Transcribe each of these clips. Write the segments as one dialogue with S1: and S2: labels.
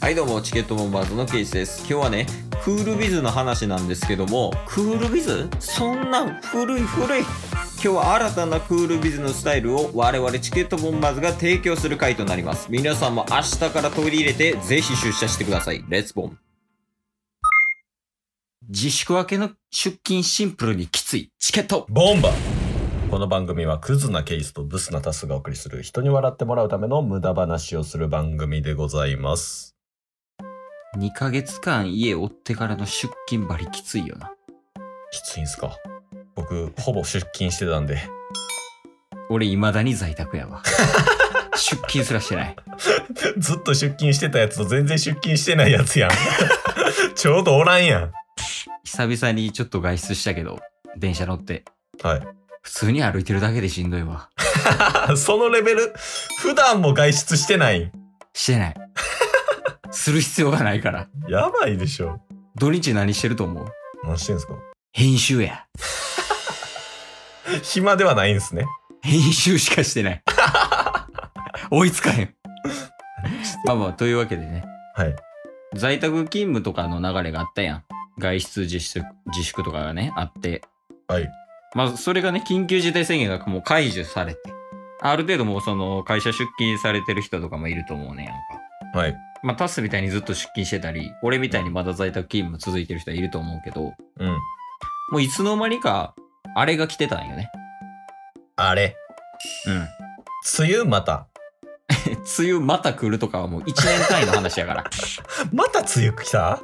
S1: はいどうもチケットボンバーズのケイジです今日はねクールビズの話なんですけどもクールビズそんな古い古い今日は新たなクールビズのスタイルを我々チケットボンバーズが提供する回となります皆さんも明日から取り入れてぜひ出社してくださいレッツボン自粛明けの出勤シンプルにきついチケット
S2: ボンバーこの番組はクズなケースとブスなタスがお送りする人に笑ってもらうための無駄話をする番組でございます。
S1: 2ヶ月間家追ってからの出勤ばりきついよな
S2: きついんすか僕、ほぼ出勤してたんで。
S1: 俺未だに在宅 やわ出勤すらしてない
S2: ずっと出勤してたやつと全然出勤してないやつやん。 ちょうどおらんやん。
S1: 久々にちょっと外出したけど電車乗って
S2: はい
S1: 普通に歩いてるだけでしんどいわ。
S2: そのレベル、普段も外出してない。
S1: して ないする必要がないから
S2: やばいでしょ。
S1: 土日何してると思う
S2: 何してんすか
S1: 編集や
S2: 暇ではないんすね。
S1: 編集しかして ない追いつかへんまあまあというわけでね
S2: はい。
S1: 在宅勤務とかの流れがあったやん外出自粛自粛とかがねあって
S2: はい。
S1: まあ、それがね、緊急事態宣言がもう解除されて、ある程度もうその会社出勤されてる人とかもいると思うねやんか。
S2: はい。
S1: まあ、タスみたいにずっと出勤してたり、俺みたいにまだ在宅勤務続いてる人はいると思うけど、も
S2: うん。
S1: ういつの間にか、あれが来てたんよね。
S2: あれ、
S1: うん。
S2: 梅雨また。
S1: 梅雨また来るとかはもう1年単位の話やから。
S2: また梅雨来た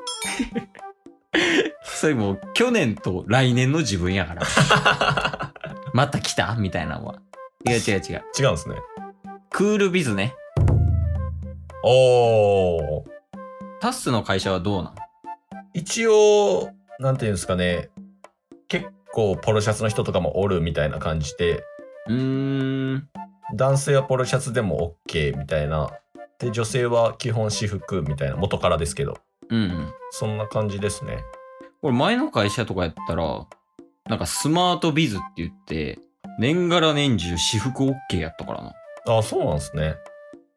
S1: それもう去年と来年の自分やから。 また来たみたいなのは。違う違う違う。
S2: 違うんですね。
S1: クールビズね。
S2: おー。
S1: タスの会社はどうなの
S2: 一応、なんていうんですかね、結構ポロシャツの人とかもおるみたいな感じで、
S1: うーん。
S2: 男性はポロシャツでも OK みたいな。で、女性は基本私服みたいな、元からですけど、
S1: うんうん。
S2: そんな感じですね。
S1: 俺前の会社とかやったら、なんかスマートビズって言って、年がら年中私服 OK やったからな。
S2: あ、そうなんですね。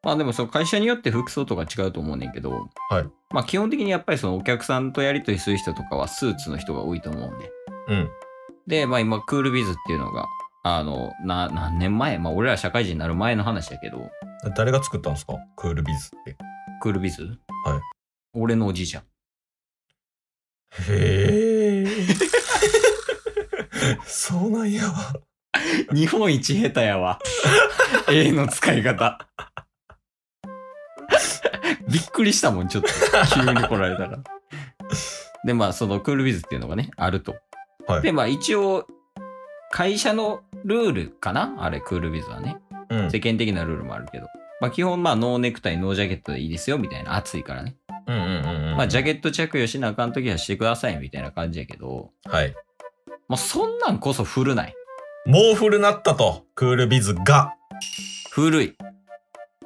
S1: まあでもその会社によって服装とか違うと思うねんけど、
S2: はい
S1: まあ基本的にやっぱりそのお客さんとやりとりする人とかはスーツの人が多いと思うね。
S2: うん。
S1: で、まあ今クールビズっていうのが、あの、な、何年前まあ俺ら社会人になる前の話だけど、
S2: 誰が作ったんですかクールビズって。。
S1: クールビズはい俺のおじいちゃん。
S2: へ え。そうなんやわ。
S1: 日本一下手や わ。A の使い方。びっくりしたもん、ちょっと。急に来られたら。で、まあ、そのクールビズっていうのがね、あると。
S2: はい
S1: で、まあ、一応、会社のルールかなあれ、クールビズはね。
S2: うん
S1: 世間的なルールもあるけど。まあ、基本、まあ、ノーネクタイ、ノージャケットでいいですよ、みたいな。暑いからね。
S2: うんうんうん。
S1: まあ、ジャ
S2: ケ
S1: ケット着用しなあかんときはしてください、みたいな感じやけど、
S2: はい。
S1: まあ、そんなんこそ古ない。
S2: もうフルなったと、クールビズが。
S1: 古い。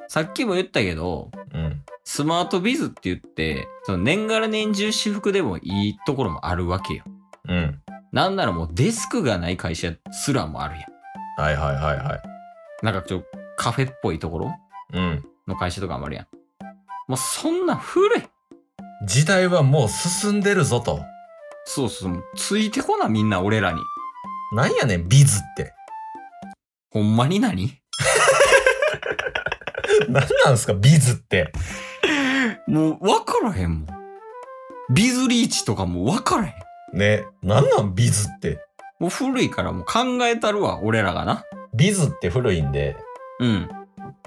S1: さっきも言ったけど、
S2: うん。
S1: スマートビズって言って、その年がら年中私服でもいいところもあるわけよ。
S2: うん。
S1: なんならもうデスクがない会社すらもあるやん。
S2: はいはいはいはい。
S1: なんかちょっとカフェっぽいところ
S2: うん。
S1: の会社とかもあるやん。もうそんな古い。
S2: 時代はもう進んでるぞと。
S1: そうそう、もうついてこなみんな俺らに。
S2: なんやねん、ビズって。
S1: ほんまに何
S2: なんなんすか、ビズって。
S1: もうわからへんもん。ビズリーチとかもわからへん。
S2: ね。なんなん、ビズって。
S1: もう古いからもう考えたるわ、俺らがな。
S2: ビズって古いんで、
S1: うん。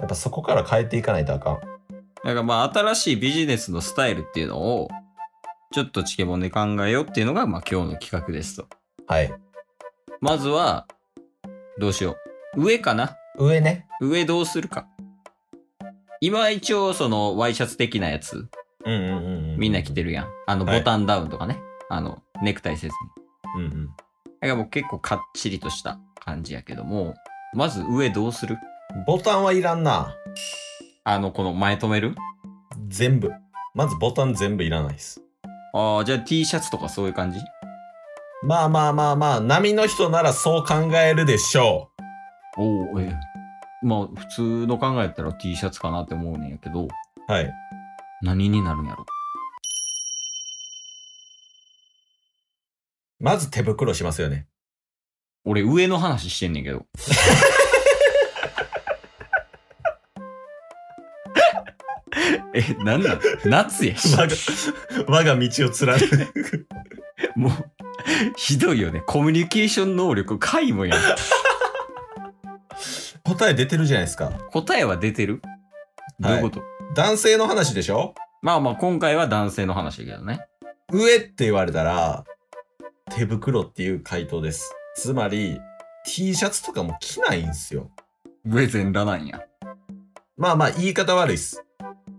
S2: やっぱそこから変えていかないとあかん。
S1: だからまあ新しいビジネスのスタイルっていうのをちょっとチケボンで考えようっていうのがまあ今日の企画ですと。
S2: はい。
S1: まずはどうしよう。上かな
S2: 上ね。
S1: 上どうするか。今一応そのワイシャツ的なやつ
S2: うんうんうん、
S1: みんな着てるやん。あの
S2: はい
S1: ボタンダウンとかね。あのネクタイせずに。
S2: うんうん。
S1: だからもう結構かっちりとした感じやけども、まず上どうする
S2: ボタンはいらんな。
S1: あのこの前止める
S2: 全部。まずボタン全部いらないです。
S1: ああ、じゃあ T シャツとかそういう感じ
S2: まあまあまあまあ、波の人ならそう考えるでしょ
S1: おおええまあ普通の考えたら T シャツかなって思うねんやけど
S2: う。はい。
S1: 何になるんやろ
S2: まず手袋しますよ ね。
S1: 俺上の話してんねんけど えなんなん夏やし
S2: 我が、我が道を貫 く。
S1: もうひどいよねコミュニケーション能力皆無やん
S2: 答え出てるじゃないですか。
S1: 答えは出てる、ど
S2: はい
S1: ういうこと
S2: 男性の話でしょ
S1: まあまあ今回は男性の話だけどね
S2: 上って言われたら、手袋っていう回答です。つまり、T シャツとかも着ないんすよ。
S1: 上全裸なんや
S2: まあまあ、言い方悪いっす。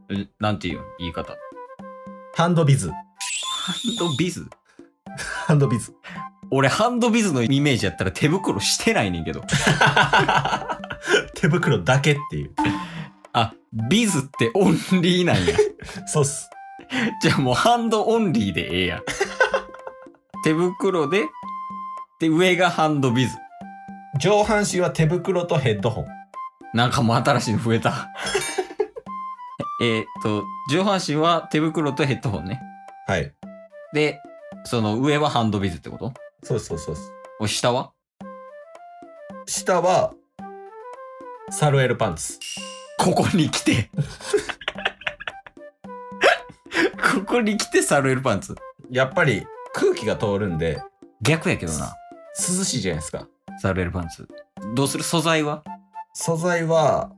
S1: えなんていうの言い方ハ
S2: ハンドビズ。
S1: ンドビズ
S2: ハンドビズ。
S1: 俺ハンドビズのイメージやったら手袋してないねんけど
S2: 手袋だけっていう。
S1: あビズってオンリー なんや
S2: そうっす。
S1: じゃあもうハンドオンリーでええやん手袋でで上がハンドビズ
S2: 上半身は手袋とヘッドホン。
S1: なんかもう新しいの増え たえーっと上半身は手袋とヘッドホンね
S2: はい。
S1: でその上はハンドビズってこと
S2: そうそうそうそう。
S1: お下は
S2: 下は、サルエルパンツ。
S1: ここに来 てここに来てサルエルパンツ
S2: やっぱり空気が通るんで、
S1: 逆やけどな
S2: 涼しいじゃないですか。
S1: サルエルパンツどうする素材は
S2: 素材は、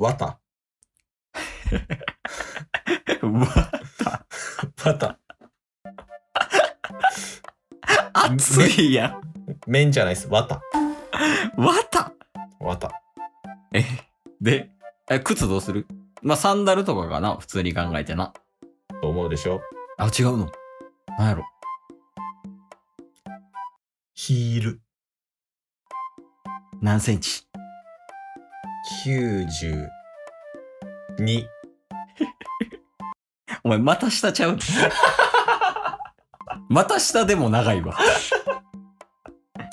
S2: 綿。
S1: うわ
S2: 綿。
S1: 熱いやん
S2: 綿じゃないです。綿。
S1: 綿
S2: 綿。
S1: えでえ靴どうするまあサンダルとかかな普通に考えてな
S2: と思うでしょ
S1: あ違うのなんやろ
S2: ヒール。
S1: 何センチ
S2: 92。
S1: お前股下ちゃうの股下でも長いわ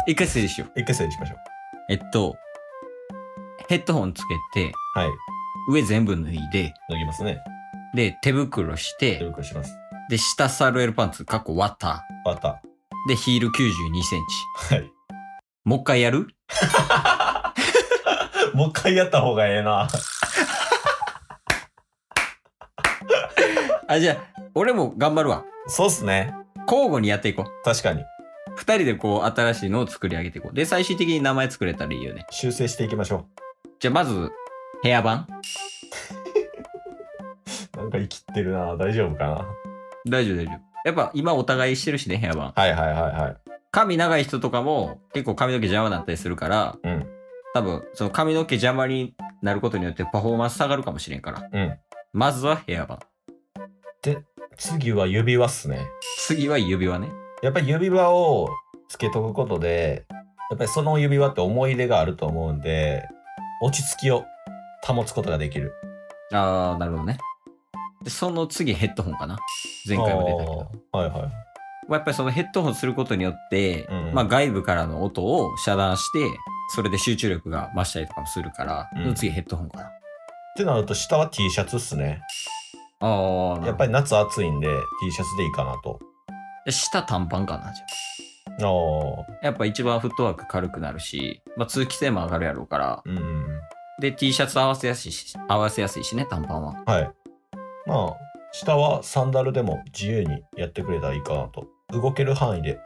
S1: 一回整理しよう
S2: 一回整理しましょ
S1: えっとヘッドホンつけて
S2: う。はい。
S1: 上全部脱いで
S2: 脱ぎますね。
S1: で手袋し
S2: 手
S1: て
S2: 袋します。
S1: で下サルエルパンツかっこ綿
S2: 綿。
S1: でヒール9 2センチ
S2: はい。
S1: もう一回やる
S2: もう一回やった方がええな。
S1: あじゃあ俺も頑張るわ
S2: そうっすね。
S1: 交互にやっていこう
S2: 確かに。
S1: 二人でこう新しいのを作り上げていこう。で、最終的に名前作れたらいいよね。
S2: 修正していきましょ
S1: じゃあまず、ヘアバン
S2: う。なんか生きってるな。大丈夫かな。
S1: 大丈夫大丈夫。やっぱ今お互いしてるしね、ヘアバン。
S2: はいはいはいはい。
S1: 髪長い人とかも結構髪の毛邪魔になったりするから、
S2: うん
S1: 多分その髪の毛邪魔になることによってパフォーマンス下がるかもしれんから。
S2: うん
S1: まずはヘアバン。
S2: 次は指輪っすね。
S1: 次は指輪ね。
S2: やっぱり指輪をつけとくことで、やっぱりその指輪って思い入れがあると思うんで、落ち着きを保つことができる。
S1: あー、なるほどね。で、その次ヘッドホンかな。前回も出たけど。
S2: あーはいは
S1: ま
S2: い。
S1: あやっぱりそのヘッドホンすることによって、
S2: うんうん
S1: まあ、外部からの音を遮断してそれで集中力が増したりとかもするから、
S2: うん
S1: その次ヘッドホンかな。
S2: ってなると下は T シャツっすね。
S1: ああ
S2: やっぱ
S1: り
S2: り夏暑いんで T シャツでいいかなと。
S1: 下短パンかなじゃ
S2: ああ。
S1: あやっぱ一番フットワーク軽くなるし、まあ、通気性も上がるやろうから
S2: うんうんうん。
S1: で T シャツ合わせやすいし合わせやすいしね短パンは
S2: はい。まあ、下はサンダルでも自由にやってくれたらいいかなと。動ける範囲で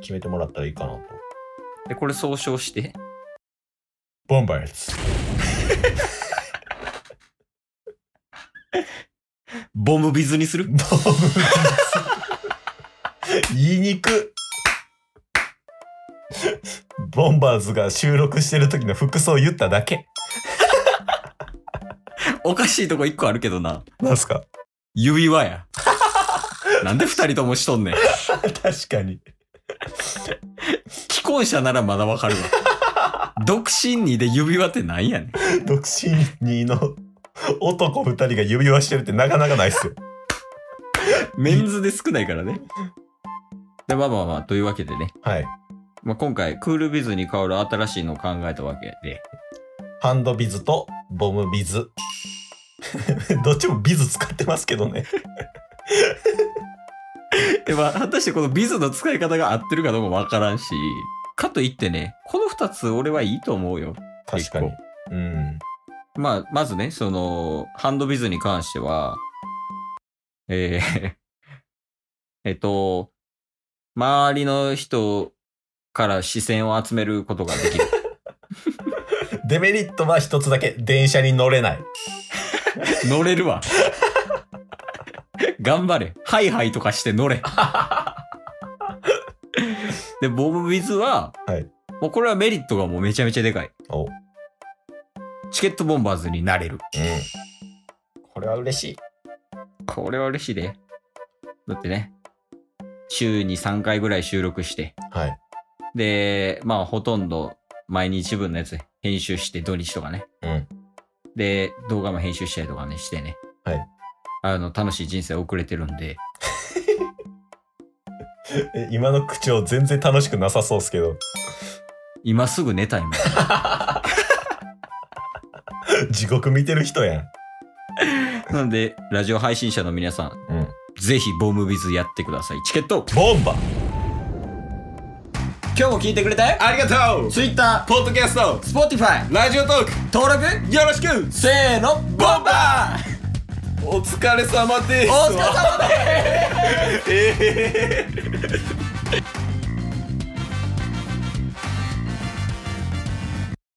S2: 決めてもらったらいいかなと。
S1: でこれ総称して
S2: ボンバーズ。
S1: ボムビズにする
S2: ボンバーズ。 言いにく。ボンバーズが収録してる時の服装言っただけ。
S1: おかしいとこ一個あるけどな
S2: なんすか
S1: 指輪 やなんで二人ともしとんねん
S2: 確かに。
S1: 既婚者ならまだわかるわ独身にで指輪ってなんやねん
S2: 独身2の男2人が指輪してるってなかなかないっすよ。
S1: メンズで少ないからねでまあまあまあというわけでね、
S2: はい。
S1: まあ、今回クールビズに代わる新しいのを考えたわけで
S2: ハンドビズとボムビズ。 どっちもビズ使ってますけどね。
S1: え、まあ、果たしてこのビズの使い方が合ってるかどうかわからんし、かといってね、この二つ俺はいいと思うよ。
S2: 確かに
S1: 結。
S2: うん。
S1: まあ、まずね、その、ハンドビズに関しては、えー えっと、周りの人から視線を集めることができる。
S2: デメリットは一つだけ。電車に乗れない。
S1: 乗れる わ。頑張れ。ハイハイとかして乗 れ。で、ボブビズは、
S2: はい
S1: もうこれはメリットがもうめちゃめちゃでかい。
S2: お。うん。
S1: チケットボンバーズになれる。
S2: これは嬉しい。
S1: これは嬉しいで。だってね、週に3回ぐらい収録して、
S2: はい。
S1: で、まあほとんど毎日分のやつ編集して土日とかね。
S2: うん
S1: で、動画も編集したりとかね、してね。
S2: はい。
S1: あの、楽しい人生を送れてるんで、
S2: え今の口調全然楽しくなさそうですけど。
S1: 今すぐ寝たいも ん。
S2: 地獄見てる人やん。
S1: なんで、ラジオ配信者の皆さん、
S2: うん。
S1: ぜひボムビズやってください。チケット
S2: ボンバ
S1: 今日も聞いてくれてありがとう !Twitter、ポッドキャスト、Spotify、ラジオトーク、登録よろしくせーの、ボンバー
S2: お疲れ様です
S1: お疲れ様です
S2: ええ